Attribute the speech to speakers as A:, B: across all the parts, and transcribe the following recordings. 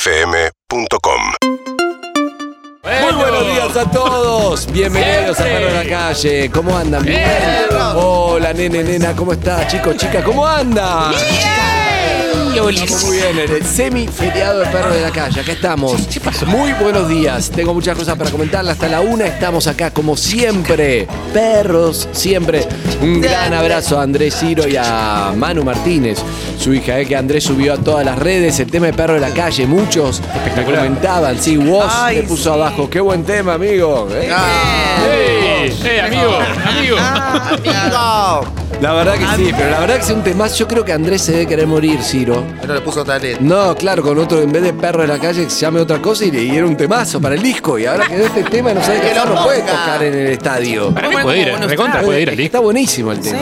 A: UrbanaPlayFM.com
B: Muy buenos días a todos. Bienvenidos a Perro de la Calle. ¿Cómo andan? Bien. Hola, nene, nena. ¿Cómo estás, chicos, chicas? ¿Cómo andan? Estamos Muy bien, en el semiferiado de Perro de la Calle. Acá estamos. Muy buenos días. Tengo muchas cosas para comentarle. Hasta la una estamos acá, como siempre. Perros, siempre. Un gran abrazo a Andrés Ciro y a Manu Martínez, su hija, eh, que Andrés subió a todas las redes. El tema de Perro de la Calle, muchos me comentaban. Sí, vos le puso abajo. Qué buen tema, amigo. ¿eh?
C: ¡Ey! ¡Ey, Eh, amigo! ¡Amigo!
B: La verdad que sí, pero la verdad que es un tema. Yo creo que Andrés se debe querer morir, Ciro.
D: Pero le puso talento.
B: No, claro, con otro, en vez de perro de la calle, que se llame otra cosa y, le y era un temazo para el disco. Y ahora quedó este tema, no sabe que
D: Que lo
B: no lo puede
D: ponga.
B: tocar en el estadio.
C: Para mí puede ir, recontra puede ir al disco.
B: Está buenísimo el tema.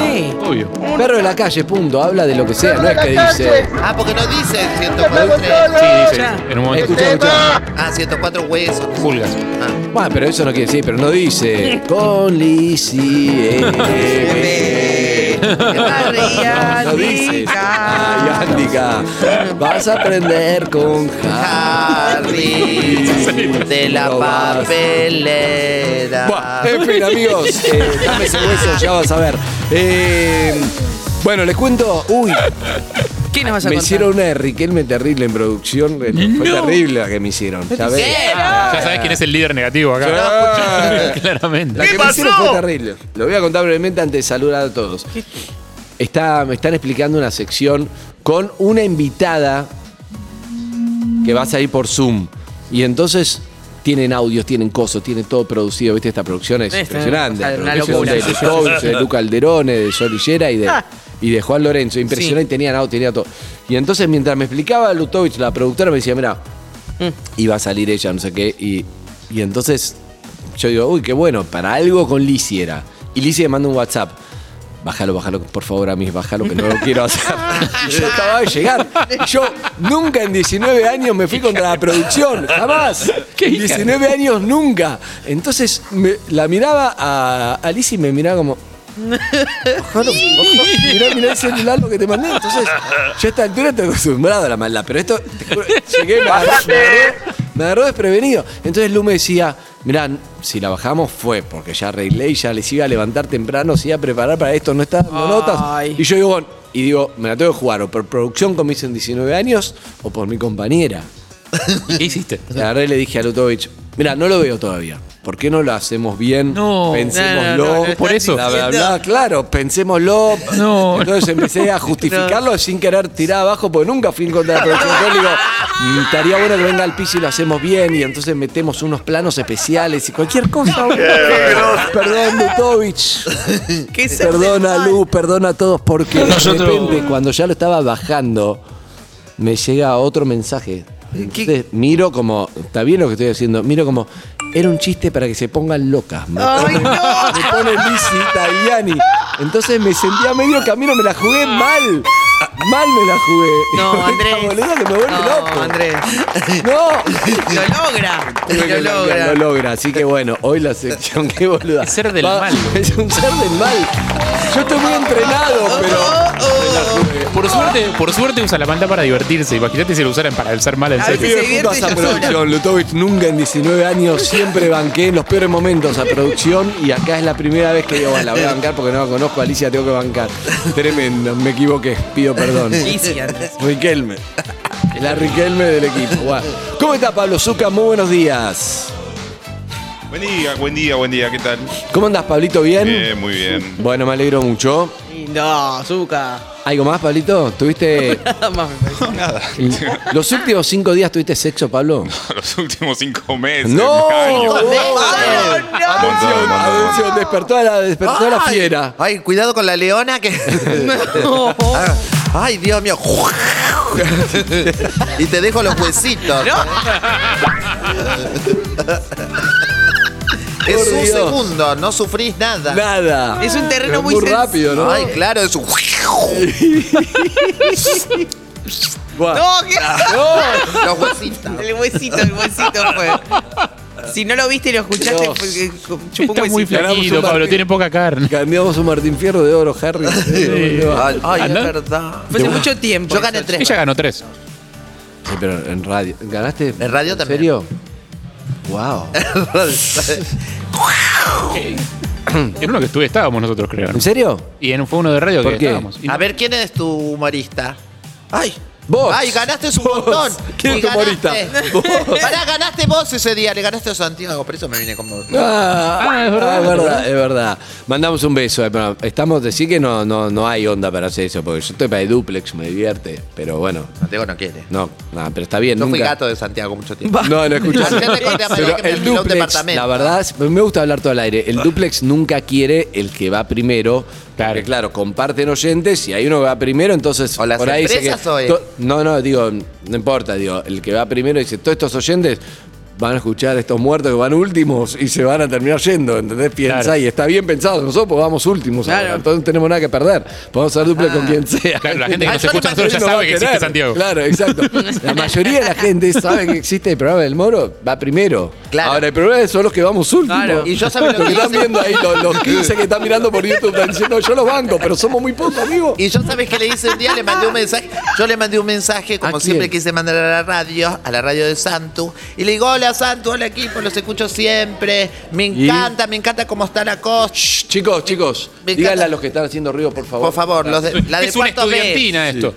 C: Obvio.
B: Perro de la calle, punto. Habla de lo que sea, no es que dice.
D: Ah, porque no dice 104.
C: Sí, dice, en un momento.
B: Escucha, escucha.
D: Ah, 104 huesos.
C: Pulgas.
D: Ah.
B: Bueno, pero eso no quiere decir, pero no dice. Con Lizzie. eh, eh, eh. No dice. Ay, Andica. Vas a aprender con
D: Harry de la
B: No vas.
D: papelera.
B: Buah, en fin, amigos, eh, dame ese hueso, ya vas a ver. Eh, bueno, les cuento. Uy,
E: ¿Qué nos vas a
B: me
E: contar?
B: hicieron una de Riquelme terrible en producción. eh, Fue terrible la que me hicieron. Ya ves.
C: Ya sabes quién es el líder negativo acá.
B: Ah,
C: Claramente.
B: La que me hicieron fue terrible. Lo voy a contar brevemente antes de saludar a todos. Está, me están explicando una sección con una invitada que va a salir por Zoom. Y entonces tienen audios, tienen cosas, tienen todo producido. ¿Viste? Esta producción es
E: Esta,
B: impresionante.
E: una
B: La producción
E: locura.
B: de Luis Tobias, de Luca Alderone, de Sol Lillera y de, y de Juan Lorenzo. Impresionante, tenían audio, tenía todo. Y entonces mientras me explicaba Lutovic, la productora me decía, mira, iba a salir ella, no sé qué. Y, y entonces yo digo, uy, qué bueno, para algo con Lizzie era. Y Lizzie me manda un WhatsApp. Bájalo, bájalo, por favor, a mí, bájalo, que no lo quiero hacer. Y yo acababa de llegar. Yo nunca en 19 años me fui contra la producción, jamás. En 19 años nunca. Entonces me- la miraba a, a Lizzie y me miraba como. Bájalo, bájalo. mirá, mirá el celular lo que te mandé. Entonces, yo a esta altura estoy acostumbrado a la maldad, pero esto, te juro, llegué, me agarró, me agarró- me agarró desprevenido. Entonces Lu me decía, mirá, si la bajamos fue porque ya arreglé y ya les iba a levantar temprano, se iba a preparar para esto, no está dando notas.
E: Ay.
B: Y yo digo, bueno, y digo, me la tengo que jugar o por producción como hice en 19 años o por mi compañera.
C: ¿Qué hiciste?
B: La agarré y le dije a Lutovic, mira, no lo veo todavía. ¿Por qué no lo hacemos bien?
C: No.
B: Pensémoslo.
E: No, no, no, no,
C: Por eso.
B: Bla, bla, bla, claro, pensémoslo.
C: No.
B: Entonces empecé a justificarlo sin querer tirar abajo porque nunca fui en contra de la producción. Yo le digo, "Mm, estaría bueno que venga al piso y lo hacemos bien y entonces metemos unos planos especiales y cualquier cosa. Perdón, Lutovic.
E: ¿Qué se
B: Perdona,
E: hace?
B: Lu, perdona a todos porque de repente cuando ya lo estaba bajando me llega otro mensaje. Entonces, miro como, está bien lo que estoy haciendo, miro como, era un chiste para que se pongan locas. Me pone, me pone Lizzy Tagliani. Entonces me sentía medio camino, me la jugué mal. Mal me la jugué.
E: No,
B: Esta
E: Andrés.
B: boluda que me vuelve
E: No,
B: loco.
E: Andrés.
B: No.
E: Lo logra.
B: Creo que
E: Lo
B: lo,
E: logra.
B: lo logra, así que bueno, hoy la sección, qué boluda.
C: Es ser del mal.
B: Es un ser del mal. Yo estoy muy entrenado, pero.
C: Por suerte, por suerte usa la maldad para divertirse. Imagínate si lo usaran para el ser mal en
E: A veces
C: serio.
E: se
B: Junto a
E: divierte
B: esa
E: ella sola.
B: producción, Lutovic nunca en 19 años siempre banqué en los peores momentos a producción y acá es la primera vez que digo, bueno, la voy a bancar porque no la conozco, Alicia, tengo que bancar. Tremendo, me equivoqué, pido perdón.
E: Lizzy, Andrés.
B: Riquelme. La Riquelme del equipo. Guau. ¿Cómo está Pablo Zucca? Muy buenos días.
F: Buen día, buen día, buen día, ¿qué tal?
B: ¿Cómo andas, Pablito? ¿Bien?
F: Bien, muy bien.
B: Bueno, me alegro mucho.
E: No, Zuka.
B: ¿Algo más, Pablito? ¿Tuviste.
E: Nada más me parece.
F: Nada,
B: ¿Los últimos cinco días tuviste sexo, Pablo?
F: los últimos cinco meses.
B: ¡No!
F: años.
B: ¡Atención!
F: Montón, montón.
B: ¡Atención! Despertó a la, despertó a la
D: Ay,
B: fiera.
D: Ay, cuidado con la leona que. Ah, Ay, Dios mío. y te dejo los huesitos. es
B: Por
D: un
B: Dios.
D: segundo, no sufrís nada.
B: Nada.
E: Es un terreno
B: Pero
E: muy
B: muy rápido, ¿no?
D: Ay, claro, es un.
B: Buah.
E: No, ¿qué?
B: ¡No!
D: los huesitos.
E: El huesito, el huesito fue. Si no lo viste y lo escuchaste,
B: Dios.
E: fue que chupó un
C: Está muy
E: huesito.
B: flaco.
C: flaquito, Pablo. Tiene poca carne.
B: Cambiamos un Martín Fierro de oro, Harry.
D: Ay, ay,
C: Anda.
D: es verdad.
E: Fue hace mucho tiempo.
D: Yo gané
E: eso.
D: tres.
C: Ella ganó tres.
B: pero en radio. ¿Ganaste?
D: En radio también.
B: ¿En serio? Wow.
C: En uno que estuve estábamos nosotros, creo. ¿no?
B: ¿En serio?
C: Y en, fue uno de radio
B: ¿Por
C: que
B: qué?
C: estábamos. Y
D: A
C: no-
D: ver, ¿quién es tu humorista? ¡Ay!
B: Vos.
D: ¡Ay, ganaste un
B: Vos.
D: montón!
B: ¿Quién es
D: Y
B: tu
D: ganaste.
B: humorista? Vos.
D: Pará, ganaste vos ese día, le ganaste a Santiago, por eso me vine con vos.
B: Ah,
C: Ah, es verdad,
B: ah, es
C: es
B: verdad, es verdad. Mandamos un beso. eh, pero Estamos, decir que no, no, no hay onda para hacer eso, porque yo estoy para el duplex, me divierte. Pero bueno,
D: Santiago no quiere.
B: no, nada, pero está bien.
D: No fui
B: nunca-
D: gato de Santiago mucho tiempo.
E: Va.
B: No, no escuchas.
D: Ya te conté a María que me
B: el
D: alquiló un
B: duplex,
D: departamento.
B: la verdad, es- me gusta hablar todo al aire. El duplex nunca quiere el que va primero.
C: Claro.
B: Porque, claro, comparten oyentes y hay uno que va primero, entonces
D: O las
B: por ahí dice
D: empresas
B: que-
D: o el-
B: to- No, no, digo, no importa, digo, el que va primero dice, todos estos oyentes van a escuchar a estos muertos que van últimos y se van a terminar yendo, ¿entendés? Piensa
C: Claro.
B: y está bien pensado, nosotros pues, vamos últimos, ahora,
E: Claro.
B: entonces no tenemos nada que perder, podemos ser duplex con quien sea.
C: Ah. Claro, la gente que
D: Ah,
C: nos
D: yo no
C: escucha a
D: me
C: nosotros ya
B: Él no va a
C: sabe que existe
B: querer.
C: Santiago.
B: Claro, exacto. La mayoría de la gente sabe que existe el programa del Moro, va primero.
D: Claro.
B: Ahora, el problema son los que vamos últimos.
E: Claro.
D: Y yo sabés lo que
B: están
D: hice.
B: viendo ahí, los, los 15 que están mirando por YouTube están diciendo, yo los banco, pero somos muy pocos, amigo.
D: Y yo sabes que le hice un día, le mandé un mensaje. Yo le mandé un mensaje, como
B: ¿A
D: siempre
B: quién?
D: quise mandar a la radio, a la radio de Santu. Y le digo, hola Santu, hola equipo, los escucho siempre. Me
B: ¿Y?
D: encanta, me encanta cómo está la costa.
B: Shh, chicos, chicos,
D: Me encanta.
B: díganle a los que están haciendo ruido, por favor.
D: Por favor, los de- la de
C: es una
D: cuarto B.
C: estudiantina esto.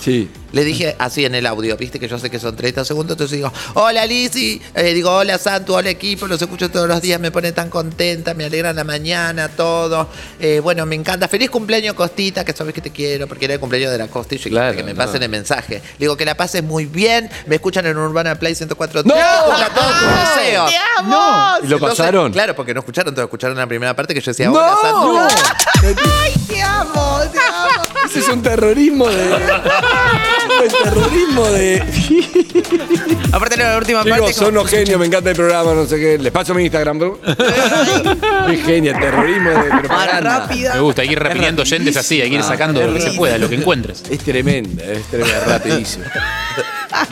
B: Sí.
D: Le dije así en el audio, viste que yo sé que son 30 segundos, entonces digo, hola Lizzy, Eh, digo, hola Santu, hola equipo, los escucho todos los días, me pone tan contenta, me alegra la mañana, todo. Eh, bueno, me encanta. Feliz cumpleaños, Costita, que sabes que te quiero, porque era el cumpleaños de la Costa y yo quería
B: Claro,
D: que me
B: no.
D: pasen el mensaje. Le digo, que la pases muy bien, me escuchan en Urbana Play 104.
B: ¡No!
D: todos tus deseos.
E: amo!
B: ¿Y lo
D: Entonces,
B: pasaron?
D: Claro, porque no escucharon, todos escucharon la primera parte que yo decía,
B: ¡No!
D: hola Santu.
B: ¡No!
E: ¡Ay, te amo! ¡Te amo!
B: Ese es un terrorismo de... Un terrorismo de...
E: Aparte la última parte.
B: Chicos,
E: como-
B: son unos genios, me encanta el programa, no sé qué. Les paso mi Instagram. Muy genio, terrorismo de
E: Ahora
B: propaganda.
E: rápida.
C: Me gusta, hay que ir repitiendo oyentes así, hay que ir sacando lo que se pueda, lo que encuentres.
B: Es tremenda, es tremenda, rapidísimo.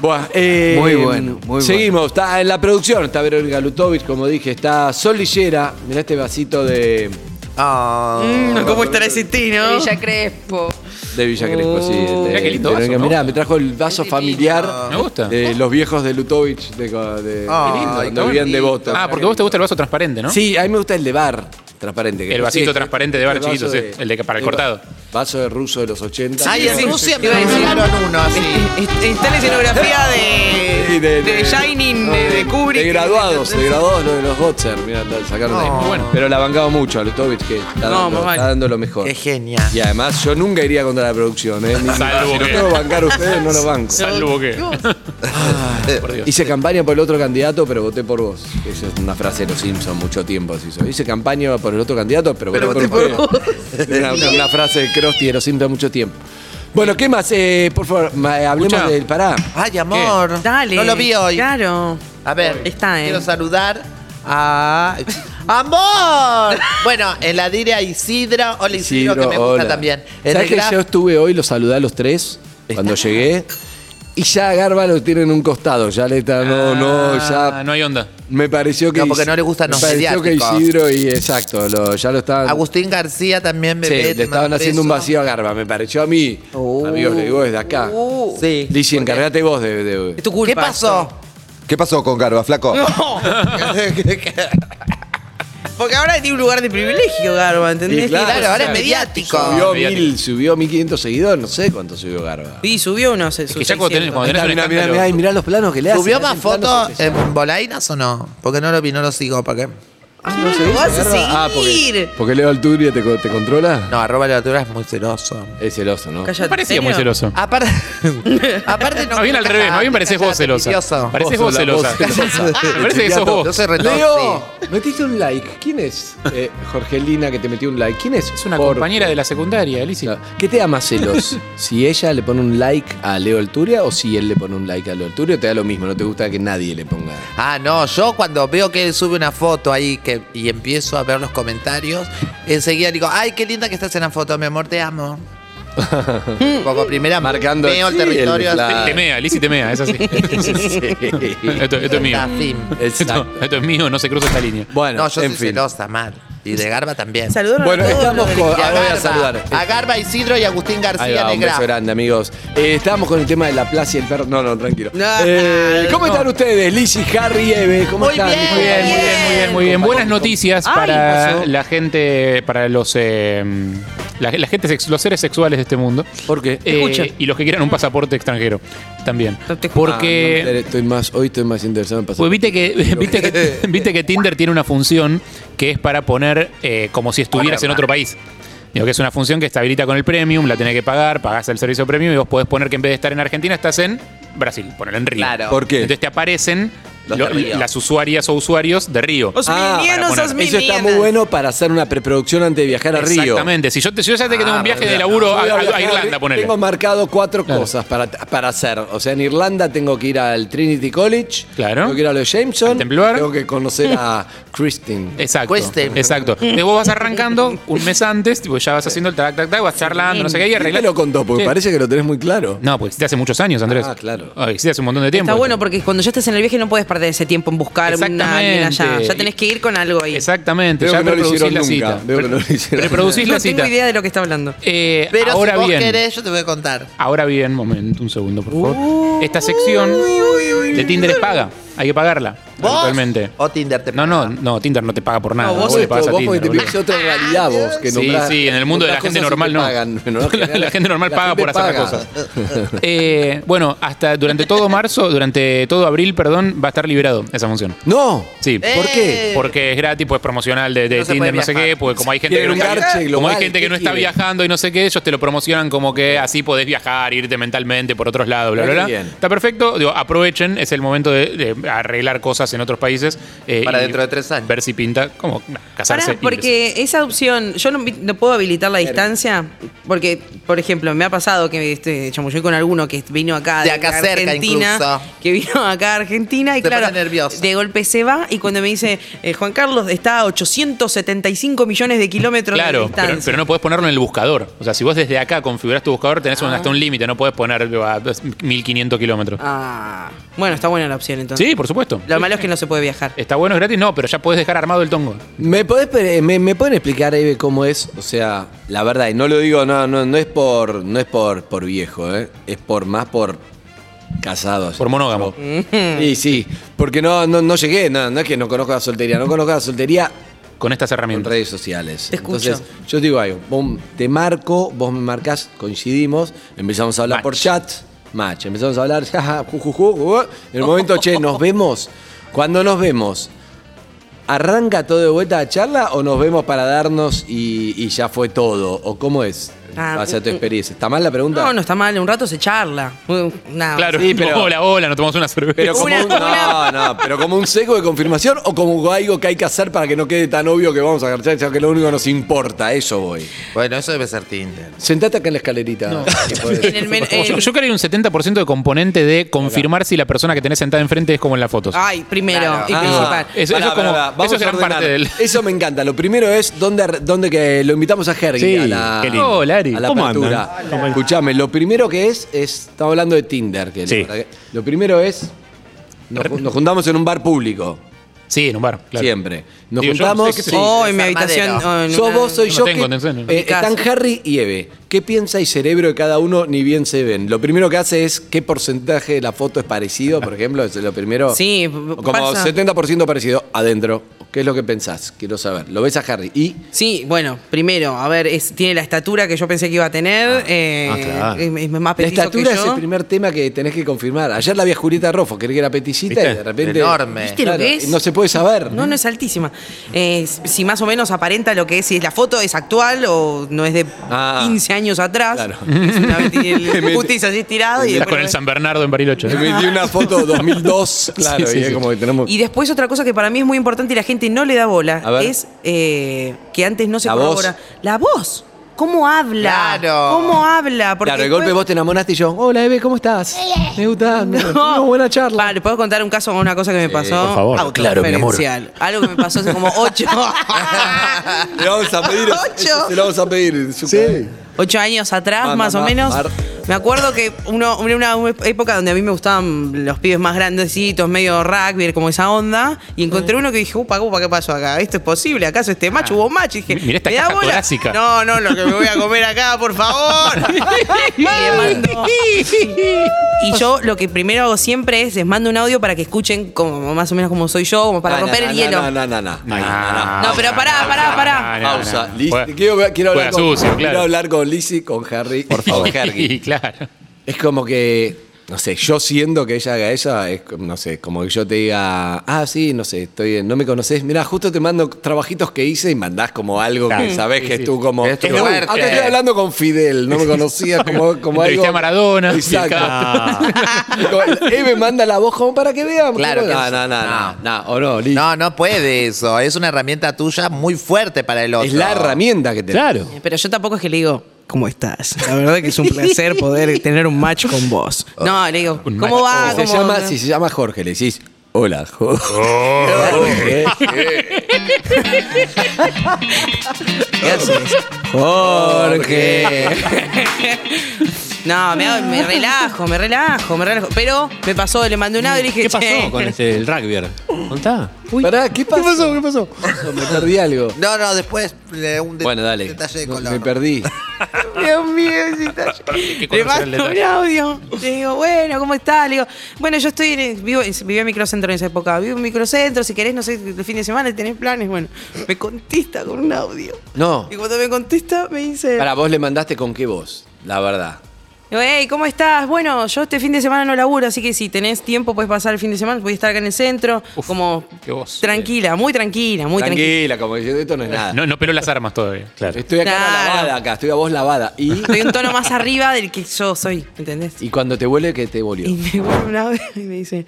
B: Buah, eh,
G: Muy bueno, muy
B: Seguimos, está en la producción, está Verónica Lutovic, como dije, está Sol Lillera, mirá este vasito de,
D: Ah.
E: Mm, ¿Cómo estará ese tino?
H: Villa Crespo.
B: de Villa Crespo, sí. de-
C: Oh. Mirá qué lindo
B: Verónica,
C: vaso, ¿no?
B: Mirá, me trajo el vaso
H: Es divino.
B: familiar
C: Me gusta.
B: de los viejos de Lutovic, de, de,
D: Ah,
B: de-
D: lindo,
B: cuando
D: qué
B: vivían de
D: bonito.
B: Bota.
C: Ah, porque a vos te gusta el vaso transparente, ¿no?
B: Sí, a mí me gusta el de bar transparente. que
C: El
B: es-
C: vasito
B: sí,
C: transparente de bar
B: el vaso
C: chiquito, sí, el de que para el cortado.
B: Vaso de ruso de los 80.
D: Ay, en
E: sí.
D: Rusia me
E: Iba a decir.
D: regalaron uno así.
E: Est- Está la escenografía
B: Sí,
E: de.
B: de-
E: de,
B: de-
E: Shining,
B: no,
E: de, de Kubrick.
B: De graduados, de graduados lo de los Gotzer. Mirá, la sacaron de ahí.
D: No.
B: Muy bueno. Pero la bancaba mucho a Lutovic, que está,
E: No,
B: dando,
E: más vale.
B: está dando lo mejor.
D: Qué genia.
B: Y además, yo nunca iría contra la producción, ¿eh? Ni-
C: Salvo
B: si no
C: que-
B: tengo que bancar a ustedes, no lo banco.
C: Salvo que. Por Dios.
B: Hice campaña por el otro candidato, pero voté por vos. Esa es una frase de los Simpsons, mucho tiempo se hizo. Hice campaña por el otro candidato, pero, voté por, ustedes. Una, una- una frase de Krusty de los Simpsons, mucho tiempo. Bueno, ¿qué más? Eh, por favor, ma- hablemos
C: Escuchá.
B: del Pará.
D: Ay, amor.
E: Dale.
D: No lo vi hoy.
E: Claro.
D: A ver,
E: Está, eh.
D: quiero saludar a. ¡Amor! bueno, en la dire a Isidro. Hola Isidro, que me
B: Isidro,
D: gusta
B: hola.
D: también. En
B: ¿Sabés
D: el
B: que
D: graf-
B: yo estuve hoy, los saludé a los tres cuando llegué? Y ya a Garba lo tiene en un costado, ya le está, no, no,
C: Ah,
B: ya
C: no hay onda.
B: me pareció que...
D: No, porque
B: Is-
D: no le gustan
B: me
D: los
B: pareció que
D: mediáticos.
B: Isidro y exacto, lo- ya lo estaban...
D: Agustín García también me Uh.
B: Sí, le estaban haciendo un vacío a Garba, me pareció a mí. Amigos, le digo desde acá.
D: Sí.
B: Lizy, encárgate vos de... de-
E: Es tu culpa.
D: ¿Qué pasó?
G: ¿Qué pasó con Garba, flaco?
E: Porque ahora tiene un lugar de privilegio, Garba, ¿entendés?
B: Y claro,
E: Tiene-
D: Claro, ahora es mediático.
B: Subió,
C: mediático.
B: mil, subió 1500 seguidores, no sé cuánto subió Garba.
E: Sí, subió, no sé.
C: que ya cuando tenés- cuando
B: Mirá,
C: tenés-
B: mirá,
C: un
B: mirá,
C: escándalo.
B: mirá, mirá los planos que le hacen.
D: ¿Subió
B: le
D: más
B: hacen planos
D: fotos
B: especiales.
D: en Bolainas o no? Porque no lo vi, no lo sigo. ¿Para qué?
E: no sé, vas a seguir.
B: Ah, porque, porque Leo Alturia te, co- te controla.
D: No, arroba la altura es muy celoso.
B: Es celoso, ¿no?
E: Cállate,
C: Me parecía
E: ¿en
C: muy
E: serio?
C: celoso.
D: Aparte, aparte no.
C: Más bien al
D: Cállate,
C: revés, más bien parecés vos
D: cállate,
C: celosa.
D: envidioso.
C: Parecés
B: Vos
C: vos
B: sos la-
C: celosa.
B: vos celosa.
C: Me parece que sos
D: Yo
C: vos.
D: soy re
B: Leo,
D: toxi.
B: metiste un like. ¿Quién es eh, Jorgelina que te metió un like? ¿Quién es?
C: Es una
B: Por-
C: compañera de la secundaria, Alicia.
B: ¿Qué te da más celos? ¿Si ella le pone un like a Leo Alturia o si él le pone un like a Leo Alturia? ¿Te da lo mismo? ¿No te gusta que nadie le ponga?
D: Ah, no, yo cuando veo que él sube una foto ahí que, y empiezo a ver los comentarios, enseguida digo, ay, qué linda que estás en la foto, mi amor, te amo. Como primera
B: Marcando
D: veo el
B: así el
D: territorio. así.
B: flash.
C: Temea, Alicia temea, es así. Esto, esto es mío.
D: Está fin.
C: Esto,
B: Exacto.
C: esto es mío, no se cruza esta línea.
B: Bueno,
D: No, yo
B: en
D: soy
B: fin.
D: celosa, mal. Y de Garba también.
E: Saludos
B: Bueno,
E: a todos
B: estamos
E: los del-
B: con-
D: Y
B: Ahora voy a saludar.
D: A Garba, Isidro y Agustín
B: Ahí
D: García
B: va, un beso
D: Negra.
B: grande, amigos. Eh, estábamos con el tema de la plaza y el perro. No, no, tranquilo.
E: No,
B: Eh,
E: no.
B: ¿Cómo están ustedes? Lizzy, Harry, Eve, ¿cómo
D: Muy
B: están?
D: bien,
C: Muy bien, muy bien, muy bien, muy bien. Buenas noticias
E: Ay,
C: para
E: pasó.
C: la gente, para los eh, la, la gente, sex- los seres sexuales de este mundo.
B: ¿Por qué?
C: Eh,
E: Escucha.
C: y los que quieran un pasaporte extranjero también.
E: No te juro.
C: Porque
B: Estoy más, hoy estoy más interesado en pasar.
C: Pues viste que, viste, que, viste que Tinder tiene una función que es para poner eh, como si estuvieras en otro país. Digo que es una función que está habilita con el premium, la tenés que pagar, pagás el servicio premium y vos podés poner que en vez de estar en Argentina estás en Brasil, poner en Río.
E: Claro.
B: ¿Por qué?
C: Pues, Entonces te aparecen
D: Los
C: lo-
D: de Río.
C: las usuarias o usuarios de Río.
E: Os
B: Ah,
E: milenianos,
C: para
E: os
C: poner.
B: Eso está
E: milenianas.
B: muy bueno para hacer una preproducción antes de viajar a Río.
C: Exactamente. Si yo, te, si yo ya sé que tengo un viaje de
D: verdad.
C: laburo a,
B: Voy
C: a- a
B: viajar a
C: Irlanda,
B: Río.
C: ponele.
B: Tengo marcado cuatro
C: Claro.
B: cosas para, para hacer. O sea, en Irlanda tengo que ir al Trinity College.
C: Claro.
B: Tengo que ir a los Jameson.
C: Al Templar.
B: Tengo que conocer a Christine.
C: Exacto.
D: Cueste.
C: Exacto. Entonces vos vas arrancando un mes antes, tipo, ya vas haciendo el tac, tac, tac, vas charlando, no sé qué, y
B: ¿Quién
C: arreglás.
B: te lo contó? Porque
C: Sí.
B: parece que lo tenés muy claro.
C: No, pues existe hace muchos años, Andrés.
B: Ah, claro.
C: Ah, Existe hace un montón de tiempo.
E: Está bueno porque cuando ya estás en el viaje no puedes perder ese tiempo en buscar una, alguien allá.
C: Exactamente.
E: Ya tenés que ir con algo ahí.
C: Exactamente,
B: Veo
C: ya
B: que no lo
C: reproducís
B: hicieron
C: la
B: nunca.
C: cita.
B: Veo que no lo hicieron.
C: Reproducís
E: No
C: la
E: tengo
C: cita.
E: idea de lo que está hablando.
C: Eh,
D: Pero
C: ahora
D: si vos
C: bien,
D: querés, yo te voy a contar.
C: ahora bien, momento, un segundo, por favor.
D: Uh.
C: Esta sección de Tinder es paga, hay que pagarla
D: ¿Vos?
C: actualmente.
D: O Tinder te
C: No, no, no, Tinder no te paga por nada.
E: No, vos
C: le
B: esto,
C: pagás a
B: vos porque
C: Tinder,
B: te
C: boludo.
B: vivís otra realidad vos que
C: Sí,
B: nombrás-
C: sí, en el mundo de la
B: nombrás
C: gente
B: cosas y
C: normal
B: te
C: no.
B: pagan, ¿no?
C: La- la gente normal
B: La
C: paga
B: gente
C: por hacer
B: paga.
C: las cosas. Eh, bueno, hasta durante todo marzo, durante todo abril, perdón, va a estar liberado esa función.
B: No.
C: Sí.
B: ¿Por qué?
D: Eh.
C: Porque es gratis, pues promocional de, de
D: No se
C: Tinder,
D: puede
C: no sé qué,
D: viajar.
C: porque como hay gente que
B: Quieren
C: no,
B: un
C: está-
B: garche
C: como hay
B: global,
C: gente que
B: ¿qué
C: no está
B: quieren?
C: viajando y no sé qué, ellos te lo promocionan como que así podés viajar, irte mentalmente por otros lados, bla,
B: Muy
C: bla, bla.
B: bien.
C: Está perfecto, digo, aprovechen, es el momento de, de arreglar cosas en otros países. eh,
D: Para
C: y
D: dentro de tres años.
C: Ver si pinta, como nah,
E: Pará,
C: casarse. y irse.
E: porque esa opción, yo no, vi- no puedo habilitar la distancia, porque, por ejemplo, me ha pasado que este, chamullé con alguno que vino acá
D: De acá cerca
E: Argentina,
D: incluso.
E: que vino acá a Argentina y
D: Se
E: claro,
D: pone nervioso.
E: de golpe se va y cuando me dice, eh, Juan Carlos está a 875 millones de kilómetros de
C: Claro,
E: distancia.
C: pero, pero no podés ponerlo en el buscador. O sea, si vos desde acá configurás tu buscador, tenés un- hasta un límite, no podés poner digo, a 1500 kilómetros.
E: Ah, bueno, está buena la opción entonces.
C: Sí, Eh, por supuesto.
E: Lo malo es que no se puede viajar.
C: Está bueno, es gratis, no, pero ya podés dejar armado el tongo.
B: ¿Me, podés, pre- me, me pueden explicar, Eve, cómo es? O sea, la verdad, y no lo digo, no, no, no es por no es por, por viejo, ¿eh? es por más por casados.
C: Por monógamo.
B: Sí, sí, porque no, no, no llegué, no, no es que no conozco la soltería, no conozco la soltería
C: con estas
B: en
C: herramientas.
B: redes sociales.
E: Te escucho.
B: Entonces, yo digo algo, vos te marco, vos me marcás, coincidimos, empezamos a hablar
C: Match.
B: por chat, match, empezamos a hablar, jaja, ju, ju, ju, ju, en el momento, che, nos vemos, cuando nos vemos, ¿arranca todo de vuelta la charla o nos vemos para darnos y, y ya fue todo? ¿O cómo es?
E: Ah,
B: Va a ser tu
E: mm, mm.
B: experiencia. ¿Está mal la pregunta?
E: No, no está mal, un rato se charla. Uh, nada.
C: Claro,
B: Ah, Sí, pero-
C: hola, hola, nos tomamos una cerveza.
B: Pero como,
E: Una-
B: un, no, no, pero como un seco de confirmación o como algo que hay que hacer para que no quede tan obvio que vamos a garchar, ya que lo único que nos importa, eso voy.
D: Bueno, eso debe ser Tinder.
B: Sentate acá en la escalerita. Sí, podés.
E: En el men-
C: Yo- yo,
E: eh,
C: creo que hay un 70% de componente de confirmar si la persona que tenés sentada enfrente es como en las fotos.
E: Ay, primero
D: Claro.
E: y
B: Ah,
E: principal.
C: Eso-
B: pará,
C: eso es como-
B: pará, pará.
C: eso
B: Vamos
C: es gran
B: a ordenar.
C: parte del-
B: Eso me encanta. Lo primero es donde, donde que lo invitamos a Jerry.
C: Sí,
B: a la,
C: qué
E: Oh,
C: lindo. Hola, Ari.
B: a la
H: ¿Cómo
B: apertura.
H: andan?
B: Escuchame, lo primero que es, es estamos hablando de Tinder. Que
H: Sí.
B: Lo primero es, nos, ju- nos juntamos en un bar público,
C: Sí, en un bar. claro.
B: siempre. Nos
C: Digo, yo no
B: juntamos,
C: sé qué
B: sí.
E: Oh, en mi
D: desarmadero.
E: habitación. oh, en
B: Sos
E: una-
B: vos, soy
C: No
B: yo.
C: tengo,
B: que-
C: no sé, no.
B: eh, están Harry y Eve. ¿Qué piensa el cerebro de cada uno? Ni bien se ven. Lo primero que hace es qué porcentaje de la foto es parecido, por ejemplo. Es lo primero.
E: Sí,
B: O Como
E: pasa.
B: 70% parecido adentro. ¿Qué es lo que pensás? Quiero saber. Lo ves a Harry y.
E: Sí, bueno, primero, a ver, es- tiene la estatura que yo pensé que iba a tener. eh,
H: ah, claro.
E: es, es más
B: La
E: petizo
B: estatura
E: que
B: es
E: yo.
B: el primer tema que tenés que confirmar. Ayer la vi a Julieta Rofo, creí que era peticita
H: ¿Viste?
B: y de repente.
D: Enorme.
E: ¿Viste lo que es?
B: No se puede saber.
E: No, no es altísima. Eh, si más o menos aparenta lo que es, si la foto es actual o no es de
B: Ah.
E: 15 años atrás.
B: Claro.
E: Es una el cutis así estirado y
C: Estás
E: después-
C: con el San Bernardo en Bariloche.
B: Me di una foto 2002, claro,
C: Sí, sí,
B: y es
C: sí.
B: como que tenemos.
E: Y después otra cosa que para mí es muy importante y la gente no le da bola
B: A ver.
E: es eh, que antes no se
B: La
E: corrobora.
B: voz.
E: La voz. ¿Cómo habla?
D: Claro.
E: ¿Cómo habla? Porque
B: claro, de golpe
E: después-
B: vos te enamoraste y yo, hola Eve, ¿cómo estás? Me gusta, me tuvimos buena charla.
E: Vale, Ah, ¿puedo contar un caso, una cosa que me pasó?
H: por favor.
E: Auto-
H: Claro, mi amor.
E: referencial. Algo que me pasó hace como ocho.
B: Le vamos a pedir.
E: Ocho.
B: Se lo vamos a pedir.
H: Sí.
E: ocho años atrás,
B: Mar,
E: más
B: mar,
E: o
B: mar,
E: menos.
B: mar.
E: Me acuerdo que uno, una, una época donde a mí me gustaban los pibes más grandecitos, medio rugby, como esa onda, y encontré uno que dije, upa, upa, ¿qué pasó acá? ¿Esto es posible? ¿Acaso este macho
B: Ah.
E: hubo macho? Y dije,
C: Mirá esta
E: ¿me da
C: caja
E: bola?
C: torácica.
E: No, no, lo que me voy a comer acá, por favor. y le mando. Y yo lo que primero hago siempre es les mando un audio para que escuchen como más o menos como soy yo, como para
B: No, no,
E: romper
B: Ah, no,
E: el
B: no,
E: hielo.
B: No, no, no, no. Ay, no,
E: No, pero pará, pará, pará.
B: Pausa. Liz-
C: Juega-
B: Quiero, quiero hablar
C: juega
B: con,
C: sucio,
B: quiero
C: claro.
B: hablar con Lizzy, con Harry. Por favor,
C: Y claro.
B: Es como que, no sé, yo siendo que ella haga eso, es, como- no sé, como que yo te diga, ah, sí, no sé, estoy en- no me conoces, mirá, justo te mando trabajitos que hice y mandás como algo que
C: Claro.
B: sabés
C: Sí,
B: que
C: sí.
B: tú como...
D: Es tu
B: "Uy,
D: fuerte".
B: acá estoy hablando con Fidel, no me conocías como, como algo...
C: Entrevisté a Maradona.
B: Exacto.
C: Acá-
B: Como, "Eh, me manda la voz como para que vean.
D: Claro
B: como-
D: que
B: no,
D: es-
B: no, no, no,
D: no.
B: no, o no, Liz.
D: No, no puede eso. Es una herramienta tuya muy fuerte para el otro.
B: es la herramienta que te
C: Claro.
E: Eh, Pero yo tampoco es que le digo, ¿cómo estás? La verdad que es un placer poder tener un match con vos. No, le digo,
C: Oh, Un match.
E: ¿cómo
C: Oh,
E: va?
B: Si se,
E: ¿Cómo-
B: llama, si se llama Jorge, le decís, hola, Jorge.
E: ¿Qué haces?
B: Jorge.
E: No, me, hago- me relajo, me relajo, me relajo. Pero me pasó, le mandé un audio y le dije,
H: ¿Qué pasó
E: "Che".
H: con este, el rugby? ¿Contá?
B: Pará, ¿qué pasó? ¿Qué pasó? ¿Qué pasó? Me perdí algo.
D: No, no, después eh, un de-
B: Bueno, dale.
D: detalle de
B: No,
D: color.
B: Me perdí.
E: Dios mío, ese detalle. Le
C: conocer el
E: mando un
C: detalle.
E: audio. Le digo, bueno, ¿cómo estás? Le digo, bueno, yo estoy en el- vivo, en- vivía en microcentro en esa época. Vivo en microcentro, si querés, no sé, el fin de semana tenés planes. Bueno, me contesta con un audio.
B: No.
E: Y cuando me contesta, me dice.
B: Para vos le mandaste con qué voz, la verdad.
E: Digo, hey, ¿cómo estás? Bueno, yo este fin de semana no laburo, así que si tenés tiempo, puedes pasar el fin de semana, voy a estar acá en el centro,
C: Uf,
E: como
C: qué voz.
E: tranquila, muy tranquila, muy tranquila.
B: Tranquila, como diciendo, esto no es nada.
C: No, no peló las armas todavía. Claro.
B: Estoy acá
E: Claro.
B: lavada, acá, estoy a voz lavada. Y,
E: Estoy un tono más arriba del que yo soy, ¿entendés?
B: y cuando te vuelve, que te
E: Y
B: volvió.
E: me vuelve un audio y me dice.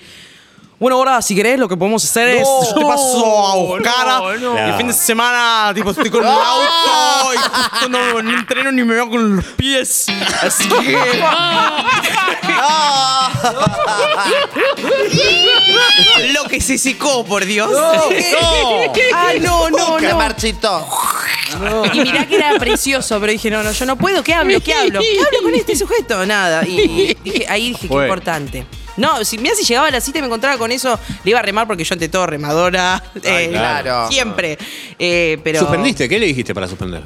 E: Bueno, ahora si querés lo que podemos hacer
B: No,
E: es yo te paso a buscar
C: no, no.
E: y el fin de semana tipo estoy con el auto y justo no, no entreno ni me veo con los pies. Así que ¡Ah! lo que se secó, por Dios. Ah, no, no,
D: ¡Qué
E: no.
D: marchito!
E: Y mirá que era precioso, pero dije, no, no, yo no puedo, ¿qué hablo? ¿Qué hablo? ¿Qué hablo con este sujeto? Nada. Y dije, ahí dije, qué
H: Bueno.
E: importante. No, si, mirá si llegaba a la cita y me encontraba con eso, le iba a remar porque yo ante todo remadora. eh,
D: claro.
E: Siempre. Eh, pero...
H: ¿Suspendiste? ¿Qué le dijiste para suspender?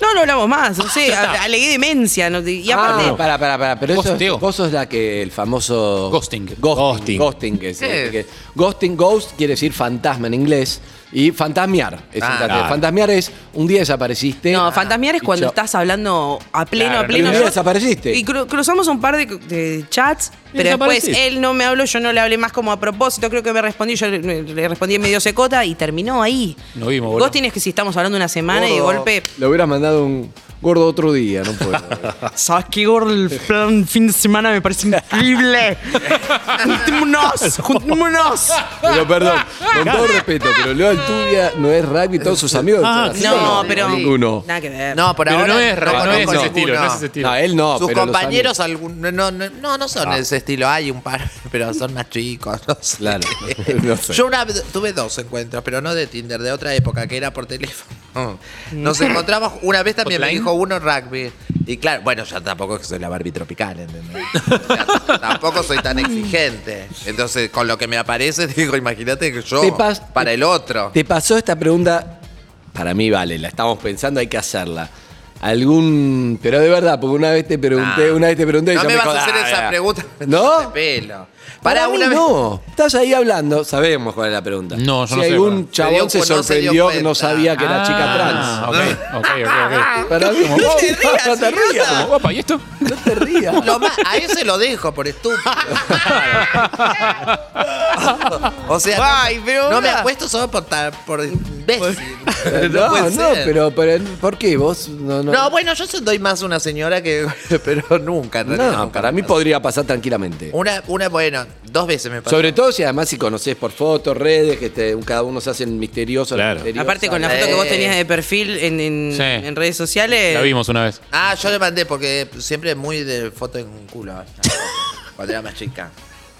E: No, no hablamos más. No sé, a- alegué demencia. no te- y aparte,
B: Ah, para, para, para, pero eso,
C: Gosteo.
B: vos sos la que el famoso
C: Ghosting.
B: ghosting,
H: Ghosting.
B: ghosting, que es- este,
D: ¿Qué?
B: que- ghosting, ghost quiere decir fantasma en inglés y fantasmear. es
D: Ah,
B: un dato.
H: claro.
B: Fantasmear es un día desapareciste.
E: No, fantasmear es
B: Ah, y
E: cuando
B: chao.
E: estás hablando a pleno,
C: Claro,
E: a pleno.
B: y un día
E: Yo-
B: desapareciste.
E: Y cru- cruzamos un par de, de chats,
H: Y
E: pero después
H: desapareciste.
E: él no me habló, yo no le hablé más como a propósito. Creo que me respondí, yo le, le respondí medio secota y terminó ahí.
C: No vimos, boludo.
E: Vos tienes que si estamos hablando una semana y de
D: Gordo.
E: golpe.
B: Le hubieras mandado un gordo otro día, no puedo.
E: ¿Sabes qué, gordo? El plan fin de semana me parece increíble. juntémonos, juntémonos.
B: Pero perdón, con todo respeto, pero Leo Altubia no es rugby y todos sus amigos.
H: Ah,
B: son así,
E: No,
D: Sí,
E: pero.
B: Ninguno.
E: Nada que ver.
D: No, por
C: Pero
D: ahora
C: no es, no,
D: conozco
C: es ese
D: ninguno.
C: estilo, no es ese estilo.
B: No, él no.
D: Sus
B: pero los
D: compañeros
B: amigos. Ah.
D: algún, no, no, no, no son de ese estilo. Hay un par, pero son más chicos. no sé.
B: Claro, no sé.
D: Yo una vez tuve dos encuentros, pero no de Tinder, de otra época, que era por teléfono.
B: Mm.
D: Nos encontramos, una vez también me
C: ¿Hotline?
D: dijo uno rugby. Y claro, bueno, yo tampoco es que soy la Barbie tropical, ¿entendés? O sea, tampoco soy tan exigente. Entonces, con lo que me aparece, digo, imagínate que yo
B: Te pas-
D: para el otro.
B: Ah. ¿Te pasó esta pregunta? Para mí vale, la estamos pensando, hay que hacerla. Algún. Pero de verdad, porque una vez te pregunté,
D: Ah.
B: una vez te pregunté. y
D: No
B: yo
D: me vas
B: acordaba.
D: a hacer esa pregunta.
B: Ah, ¿No?
D: De pelo.
B: Para,
D: Pará,
B: mí no. Estás ahí hablando, sabemos cuál es la pregunta.
C: No, yo
B: si
C: no sé,
B: algún
C: perdón.
D: Se
B: chabón
D: dio
B: se,
D: cu- no se dio
B: sorprendió que no
D: cuenta.
B: sabía que era chica trans.
C: Ah, ok, ok, ok, ok.
B: Para mí, no, te rías, no te
C: Como,
B: rías.
C: guapa, ¿y esto?
B: No te rías.
D: Lo ma- a ese lo dejo por estúpido. o sea, no-
E: Ay, pero
D: no, me
E: ahora-
D: apuesto solo por, ta- por imbécil.
B: No, no,
D: puede ser.
B: pero, pero ¿por qué vos? No, no.
D: No, bueno, yo soy más una señora que. Pero nunca, en realidad,
B: No,
D: nunca
B: para
D: me
B: mí
D: pasó.
B: podría pasar tranquilamente.
D: Una, una, bueno, dos veces me pasó.
B: Sobre todo si además si conocés por fotos, redes, que te- cada uno se hace el misterioso. la
H: Claro.
B: misteriosa.
E: Aparte con la foto que vos tenías de perfil en, en-
C: Sí.
E: en redes
B: Eh.
E: sociales.
C: La vimos una vez.
D: Ah, yo le mandé porque siempre muy de foto en culo. Ah, Cuando era más chica.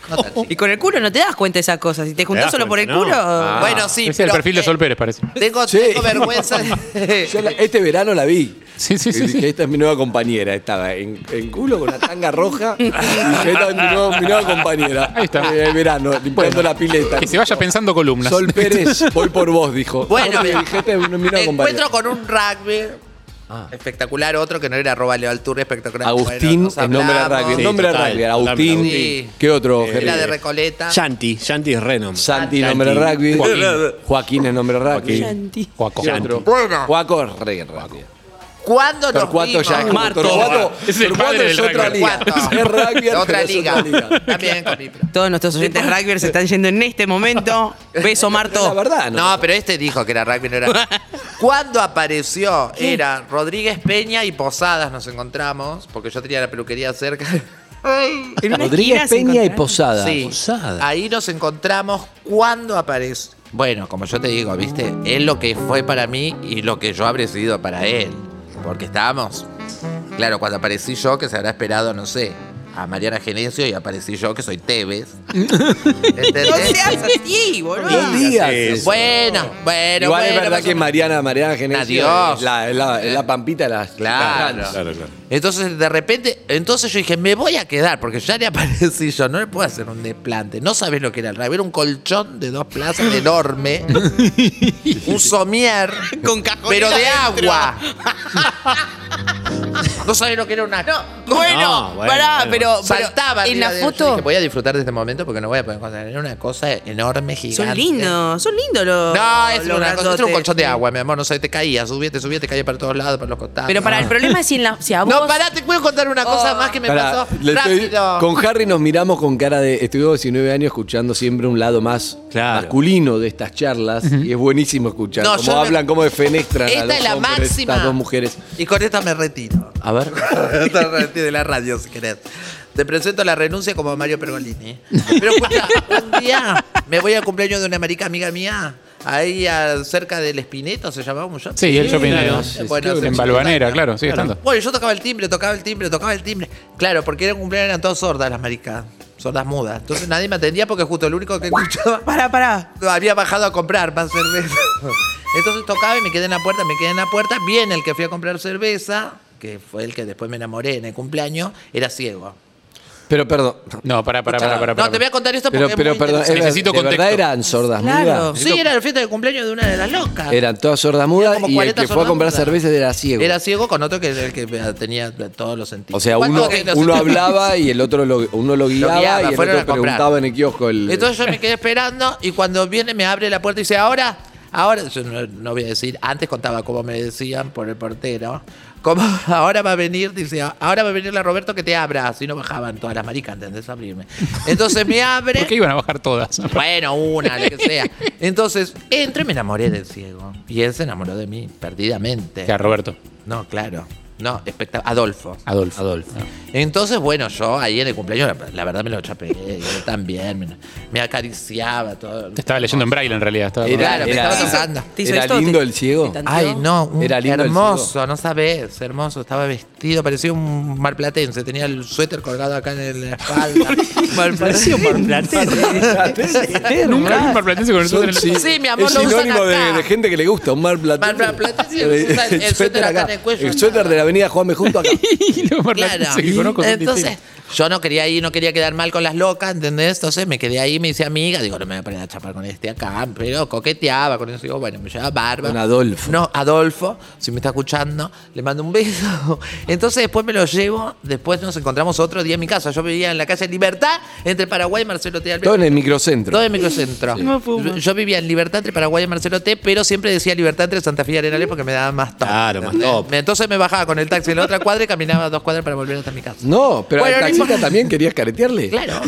D: No tan
E: Y
D: chica.
E: con el culo no te das cuenta de esas cosas. Si te juntás
H: das
E: solo por el
H: cuenta, no.
E: culo.
H: Ah.
D: Bueno, sí.
C: Ese es el
D: pero,
C: perfil de
D: eh,
C: Sol Pérez, parece.
D: Tengo,
B: Sí.
D: tengo vergüenza. de-
B: Yo la- Eh, este verano la vi.
C: Sí, sí, sí. sí.
B: Que esta es mi nueva compañera. Estaba en, en culo con la tanga roja. y que esta es mi, nueva- mi nueva compañera.
C: Ahí está.
B: Eh, verano, limpiando la pileta.
C: Que se vaya pensando columnas.
B: Sol Pérez, voy por vos, dijo.
D: Bueno,
B: Porque
D: me-
B: dije, "Esta es mi nueva
D: Me
B: compañera".
D: encuentro con un rugby. Espectacular, otro que no era arroba Leo Alturri, espectacular. Bueno,
B: Ah. Agustín,
D: nos
B: el nombre de
D: hablamos.
B: rugby.
H: Sí,
B: nombre de
H: total,
B: rugby,
H: totalmente,
B: Agustín.
D: Agustín.
B: ¿Qué otro? Jerry?
D: Era de Recoleta.
H: Shanti, Shanti es Renom.
B: Santi,
H: Santi.
B: nombre de rugby. Joaquín.
H: Joaquín.
B: es nombre de rugby.
E: Santi.
C: Joaco.
B: ¿Qué otro?
D: Bueno.
B: Juaco es rey en rugby.
D: ¿Cuándo nos
B: Torcuato ya es como-
E: Marto.
B: Torcuato,
C: Es el
B: Torcuato
C: padre
B: es
C: del
B: otra
C: rugby.
B: liga.
D: Torcuato.
B: Es rugby,
D: Otra
B: pero es
D: liga. También con mi-
E: Todos nuestros oyentes rugby se están yendo en este momento. Beso,
B: La
E: Marto.
B: verdad, Ah, ¿no?
D: No, pero este dijo que era rugby, no era. Cuando apareció, era Rodríguez Peña y Posadas nos encontramos, porque yo tenía la peluquería cerca.
E: En una esquina
B: Rodríguez
E: se
B: Peña y
E: encontraron.
B: Posada.
D: Sí. Ahí nos encontramos cuando apareció. Bueno, como yo te digo, viste, es lo que fue para mí y lo que yo habré sido para él. Porque estábamos. Claro, cuando aparecí yo, que se habrá esperado, no sé, a Mariana Genesio y aparecí yo, que soy Tevez.
E: No
D: ¿Entendés?
E: seas así,
B: Dos
E: boludo.
B: días.
D: Bueno, Ah, bueno,
B: Igual es
D: bueno,
B: verdad
D: más
B: que
D: o menos.
B: Mariana, Mariana Genesio,
D: Adiós.
B: es la, es la, es la pampita de las
D: Claro.
B: las grandes.
H: Claro, claro.
D: Entonces, de repente, entonces yo dije, me voy a quedar, porque ya le aparecí yo, no le puedo hacer un desplante. No sabés lo que era el rugby, era un colchón de dos plazas enorme, un somier,
E: Con cajonera
D: pero de
E: adentro.
D: agua. no sabés lo que era una...
E: Bueno,
H: No, bueno,
E: pará, pero,
H: bueno.
E: pero
D: Saltaba
E: en
D: arriba
E: la
D: de- yo
E: foto
D: dije, voy a disfrutar de este momento porque no voy a poder contar. Era una cosa enorme, gigante.
E: son lindos, son lindos los
D: No, es una cosa, era
E: los
D: un
E: grandotes.
D: colchón de agua, mi amor. No sé, te caía, subía, te subía, te caía para todos lados, para los costados.
E: Pero para el problema es si, en la, si a vos
D: No, pará, te puedo contar una cosa
E: Oh.
D: más que me
B: Pará,
D: pasó.
B: le estoy-
D: Rápido.
B: con Harry nos miramos con cara de. Estuvimos 19 años escuchando siempre un lado más
H: Claro.
B: masculino de estas charlas y es buenísimo escuchar
D: No,
B: cómo
D: yo me-
B: hablan, cómo defenestran a
D: Esta
B: los
D: es la
B: hombres,
D: máxima.
B: estas dos mujeres.
D: Y con esta me retiro.
B: A ver.
D: Esta me retiro de la radio, si querés. Te presento la renuncia como Mario Pergolini. Pero escucha, un día me voy al cumpleaños de una marica amiga mía. Ahí a- cerca del Espineto se llamaba un
C: Sí, el shopping
D: claro.
C: de-
D: Bueno,
C: en
D: sí.
C: Balvanera, claro, sigue estando.
D: Bueno, yo tocaba el timbre, tocaba el timbre, tocaba el timbre. Claro, porque era un cumpleaños, eran todas sordas las maricas. Sordas mudas. Entonces nadie me atendía porque justo el único que escuchaba
E: Pará, pará.
D: había bajado a comprar más cerveza. Entonces tocaba y me quedé en la puerta, me quedé en la puerta. Viene el que fui a comprar cerveza, que fue el que después me enamoré en el cumpleaños, era ciego.
B: Pero perdón.
C: No, pará, pará,
B: Ah,
C: pará, pará.
D: No, te voy a contar esto porque
B: Pero,
D: es
B: pero
D: muy
B: perdón,
D: interesante.
B: era-
C: Necesito
B: ¿de verdad
C: contexto.
B: eran sordas
E: Claro.
B: mudas?
D: Sí, era la fiesta de cumpleaños de una de las locas.
B: Eran todas sordas mudas
D: Eran como
B: y el
D: 40
B: que fue a comprar
D: sordas mudas.
B: cerveza era ciego.
D: Era ciego con otro que era el que tenía todos los sentidos.
B: o sea,
D: ¿Cuánto
B: uno,
D: que los
B: uno
D: sentidos?
B: hablaba y el otro lo, uno lo guiaba,
D: guiaba,
B: y el
D: fueron
B: otro
D: a comprar.
B: preguntaba en el kiosco. El,
D: Entonces yo me quedé esperando y cuando viene me abre la puerta y dice, ahora, ahora, yo no, no voy a decir, antes contaba como me decían por el portero, como ahora va a venir, dice, ahora va a venir la Roberto que te abra, así no bajaban todas las maricas, ¿entendés? Abrirme. Entonces me abre,
C: ¿Por qué iban a bajar todas?
D: bueno, una, lo que sea. Entonces entro y me enamoré del ciego y él se enamoró de mí, perdidamente.
C: Ya, Roberto.
D: No, claro. No, espectac- Adolfo.
C: Adolfo. Ah. Adolfo.
D: Entonces, bueno, yo ahí en el cumpleaños, la, la verdad me lo chapé, yo también, me, me acariciaba todo.
C: Te estaba leyendo en braille en realidad. estaba-
B: Era-
D: Claro, me
B: era-
D: estaba tocando.
E: Te hizo
B: ¿Era
E: esto,
B: lindo
E: te-
B: el ciego?
E: te tanteó.
D: Ay, no, un-
B: Era lindo el
D: hermoso,
B: cielo.
D: no sabes, hermoso, estaba vestido, parecía un marplatense, tenía el suéter colgado acá en la espalda. parecía un
C: Nunca vi un marplatense con el
B: Son-
C: suéter en la-
D: Sí, mi amor,
B: es
D: lo usan
B: sinónimo de,
D: acá.
B: de gente que le gusta, un mar platense.
D: Mar platense, usa el suéter acá en el cuello.
B: El suéter de la avenida Juan Junto acá.
C: Y los marplatenses que conozco son
D: Entonces,
C: distintos.
D: yo no quería ir, no quería quedar mal con las locas, ¿entendés? Entonces me quedé ahí, me hice amiga, digo, no me voy a poner a chapar con este acá, pero coqueteaba con eso, digo, bueno, me llevaba barba.
B: Con Adolfo.
D: No, Adolfo, si me está escuchando, le mando un beso. Entonces después me lo llevo, después nos encontramos otro día en mi casa. Yo vivía en la calle Libertad, entre Paraguay y Marcelo T. Alvear.
B: Todo en el microcentro.
D: Todo en microcentro. Yo, yo vivía en Libertad entre Paraguay y Marcelo T, pero siempre decía Libertad entre Santa Fe y Arenales porque me daba más top.
H: Claro, más
D: ¿entendés?
H: top.
D: Me- Entonces me bajaba con el taxi en la otra cuadra y caminaba dos cuadras para volver hasta mi casa.
B: No, pero
D: Bueno,
B: al
D: no
B: taxista
D: importa.
B: también querías caretearle.
D: Claro.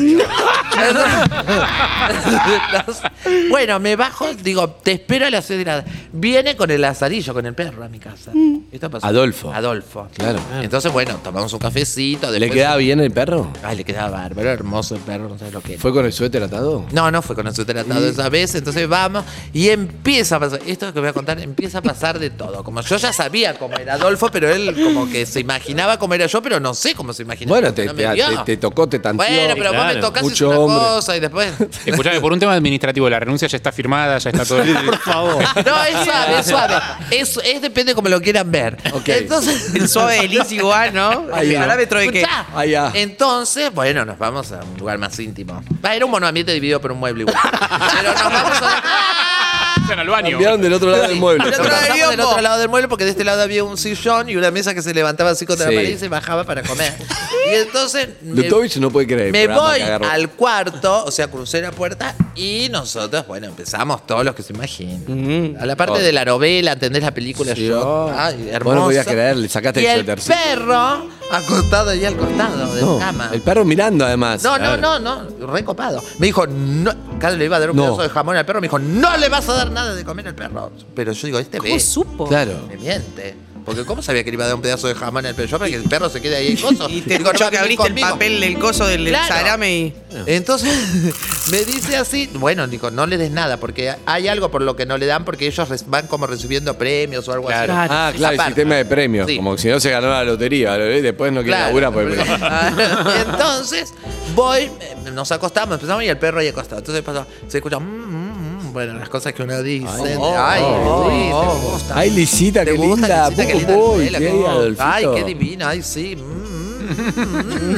D: Entonces, bueno, me bajo, digo, te espero a las seis de la Viene con el lazarillo, con el perro a mi casa. Esto pasó.
B: Mm. Adolfo.
D: Adolfo.
B: Claro.
D: Entonces, bueno, tomamos un cafecito.
B: ¿Le
D: después-
B: quedaba bien el perro?
D: Ay, le quedaba bárbaro, hermoso el perro, no sé lo que era.
B: ¿Fue con el suéter atado?
D: No, no fue con nosotros tratado esa vez, entonces vamos y empieza a pasar, esto que voy a contar, empieza a pasar de todo. Como yo ya sabía cómo era Adolfo, pero él como que se imaginaba cómo era yo, pero no sé cómo se imaginaba.
B: Bueno,
D: porque
B: te,
D: no me
B: te-
D: vio.
B: te- te tocó, te tanteó.
D: Bueno, pero vos me
H: Claro.
D: tocás es
B: Mucho
D: una
B: hombre.
D: cosa y después.
C: Escuchame, por un tema administrativo, la renuncia ya está firmada, ya está todo.
H: Por favor.
D: No, es suave, es suave. Es, es depende como lo quieran suspender.
B: Ok.
D: Entonces,
E: El suave de Liz igual, ¿no?
B: Ahí
E: El
B: va.
E: parámetro de que.
D: Escuchá.
B: Ahí va.
D: Entonces, bueno, nos vamos a un lugar más íntimo. Va, era un monoambiente dividido por un mueble igual. Pero nos vamos a...
C: Vayan al baño.
B: Cambiaron del otro lado del mueble.
D: Nos
E: otro lado del
D: pasamos del
E: biombo.
D: otro lado del mueble porque de este lado había un sillón y una mesa que se levantaba así contra
B: Sí.
D: la pared y se bajaba para comer. Y entonces me,
B: Lutovich no puede creer el
D: me
B: programa
D: voy
B: que agarró.
D: al cuarto, o sea, crucé la puerta y nosotros, bueno, empezamos todos los que se imaginan. A la parte de la novela, ¿entendés la película?
B: Oh. Sí,
D: yo,
B: oh.
D: ay,
B: Vos
D: hermoso.
B: no podías creer, le sacaste
D: y
B: el
D: el
B: suétercito.
D: perro acostado ahí al costado de
B: No,
D: la cama.
B: el perro mirando además.
D: No,
B: Claro.
D: no, no, no, recopado. Me dijo, no, claro, le iba a dar un
B: No.
D: pedazo de jamón al perro, me dijo, no le vas a dar nada de comer al perro. Pero yo digo, este
E: ¿Cómo
D: ve,
E: supo?
B: Claro.
D: me miente. Porque ¿cómo sabía que le iba a dar un pedazo de jamón al perro? Yo para que el perro se quede ahí en coso.
E: Y te
D: Digo, no va
E: escuchó
D: a
E: que
D: venir
E: abriste el
D: conmigo.
E: papel del coso del del
D: Claro.
E: salame y.
D: Entonces me dice así, bueno, digo, no le des nada, porque hay algo por lo que no le dan, porque ellos res- van como recibiendo premios o algo
C: Claro.
D: así.
B: Ah, claro, el
D: Aparte.
B: sistema de premios.
D: Sí.
B: Como que si no se ganó la lotería, ¿lo ves? después no quiere
D: Claro.
B: laburar por el premio.
D: Entonces, voy, eh, nos acostamos, empezamos y el perro ahí acostado. Entonces pasó, se escucha, mm, mm, mm, bueno, las cosas que uno dice. Ay,
B: oh,
D: sí, te gusta.
B: Ay, Lisita,
D: ¿Te
B: qué linda.
D: gusta, Lisita, qué
B: Uy,
D: linda novela,
B: qué
D: cómo-
B: Adolfito.
D: Ay, qué divina, ay, sí. mm, mm, mm,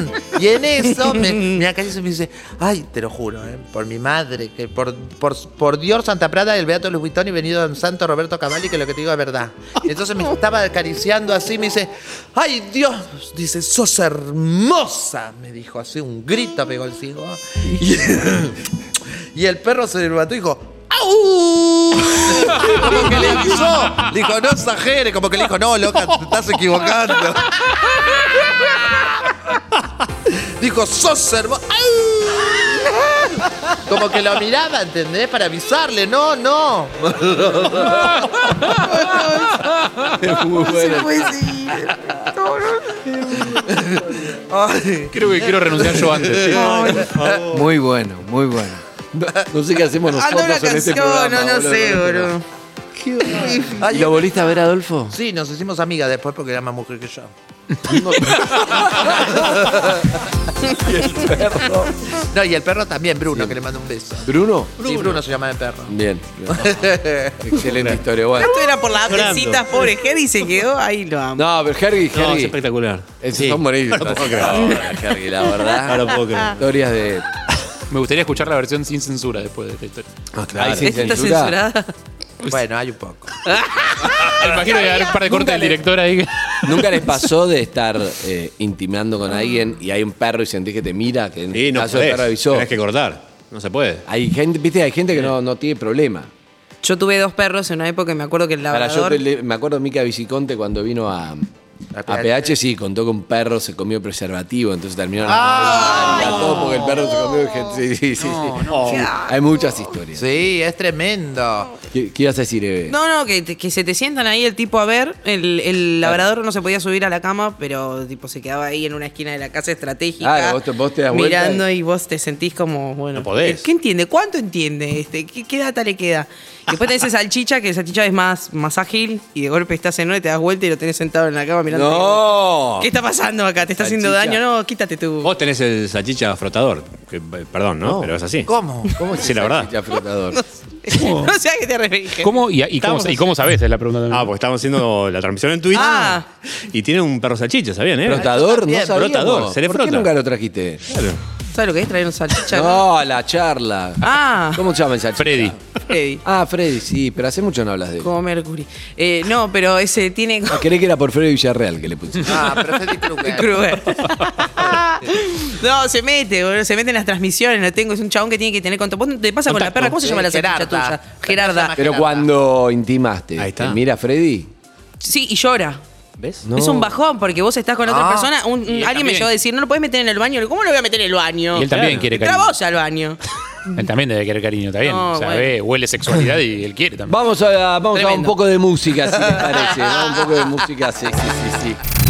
D: mm. Y en eso me, me acaricia y me dice, ay, te lo juro, eh, por mi madre, que por, por, por Dios Santa Prada, el Beato Luis Vuitton y venido don Santo Roberto Cavalli, que lo que te digo es verdad. Entonces me estaba acariciando así, me dice, ay Dios, dice, sos hermosa, me dijo así, un grito pegó el ciego. Y, y el perro se levantó y dijo, ¡Au! Como que le avisó. Le dijo, no exageres. Como que le dijo, no, loca, te estás equivocando. dijo, sos hermoso. Como que lo miraba, ¿entendés? Para avisarle, no, no.
B: Es muy bueno.
D: Ay.
C: Creo que quiero renunciar yo antes.
G: Muy bueno, muy bueno.
B: No, no sé qué
D: Ah,
B: hacemos
E: Anda
B: nosotros
E: una
B: en este
E: canción,
B: programa.
E: Ah, no, no
B: boludo,
E: sé,
B: con este programa.
E: boludo.
D: Ay,
B: ¿Y lo volviste a ver, Adolfo?
D: Sí, nos hicimos amigas después porque era más mujer que yo. No, y el perro también, Bruno, que le manda un beso.
B: ¿Bruno?
D: Sí, Bruno se llama el perro.
B: Bien. Excelente historia. Bueno.
E: Esto era por las
H: Llorando.
E: apecitas, pobre Hedy se quedó. Ahí lo amo.
B: No, pero Hergy,
H: No, es
B: Hergy.
H: espectacular.
B: Esos son bonitos. Ahora, Hergy, la verdad.
H: Ahora puedo creer.
B: Historias de.
C: Me gustaría escuchar la versión sin censura después de esta historia.
B: Ah,
E: Ay, ¿Esta está censurada?
D: Bueno, hay un poco.
C: Imagino que haber un par de cortes del director ahí.
B: ¿Nunca les pasó de estar eh, intimando con alguien y hay un perro y sentís que te mira? Que en
H: Y no
B: caso el
H: podés.
B: perro avisó.
H: Tenés que cortar. No se puede.
B: Hay gente, viste, hay gente que no, no tiene problema.
E: Yo tuve dos perros en una época y me acuerdo que el
B: Para yo
E: labrador...
B: te- le- me acuerdo Mica Viciconte cuando vino a, a
D: PH.
B: PH, sí, contó que un perro se comió preservativo, entonces terminaron
H: Ah.
B: a todos porque el perro se comió. gente- Sí, sí, sí. sí. Hay muchas historias.
D: Sí, es tremendo.
B: ¿Qué, qué ibas a decir, Eve?
E: No, no, que, que se te sientan ahí el tipo a ver. El, el labrador no se podía subir a la cama, pero tipo se quedaba ahí en una esquina de la casa estratégica.
B: Claro, vos te- vos te das vuelta
E: Mirando y vos te sentís como, bueno.
H: No podés.
E: ¿Qué entiende? ¿Cuánto entiende este? ¿Qué, qué data le queda? Y después tenés el salchicha, que el salchicha es más, más ágil y de golpe estás en una y te das vuelta y lo tenés sentado en la cama mirando.
B: ¡No!
E: ¿Qué está pasando acá? ¿Te está haciendo
B: Salchicha.
E: daño? No, quítate tú.
H: Vos tenés el salchicha frotador. que, eh, perdón, ¿no?
B: No.
H: Pero es así.
D: ¿Cómo?
H: ¿Cómo sí, la verdad.
B: Ya, flotador.
E: no sé a qué te referís.
C: ¿Cómo, y, y cómo, y cómo sabés? Es la pregunta también.
H: Ah, porque estamos haciendo la transmisión en Twitch.
E: Ah.
H: Y tiene un perro salchicha, ¿sabían, eh?
B: ¿Flotador? No
D: Bien,
B: sabíamos.
H: flotador, se le
B: ¿Por qué
H: frota.
B: nunca lo trajiste?
H: Claro.
E: ¿Sabes lo que es traer un salchicha?
B: No, a la charla.
E: Ah.
B: ¿Cómo se llama el salchicha?
C: Freddy.
E: Freddy.
B: Ah, Freddy, sí, pero hace mucho no hablas de él.
E: Como Mercury. Eh, no, pero ese tiene.
B: Ah, creí que era por Freddy Villarreal que le pusiste.
D: Ah, pero Freddy
E: De
D: Krueger.
E: Krueger. no, se mete, boludo, se mete en las transmisiones, lo tengo, es un chabón que tiene que tener contacto. ¿Vos no te pasa con la
H: Contacto.
E: perra? ¿Cómo se
D: Sí,
C: Eh,
E: llama la salchicha
D: Gerarda.
E: tuya? Gerarda.
B: Pero
D: Gerarda.
B: cuando intimaste,
H: Ahí está.
B: ¿te mira Freddy?
E: Sí, y llora.
B: ¿Ves?
E: Es un bajón porque vos estás con otra
D: Ah.
E: persona. un-
C: él
E: un- alguien me
C: también.
E: llegó a decir, no lo podés meter en el baño. Le digo, ¿Cómo lo voy a meter en el baño?
C: Y él también quiere
E: Entra
C: cariño.
E: vos al baño.
C: Él también debe querer cariño, está bien.
E: No,
C: o sea,
E: bueno.
C: ve, huele sexualidad y él quiere también.
B: Vamos a, vamos a un
E: Tremendo.
B: poco de música, si te parece. Vamos a un poco de música, sí, sí, sí,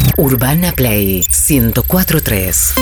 B: sí.
I: Urbana Play 1043.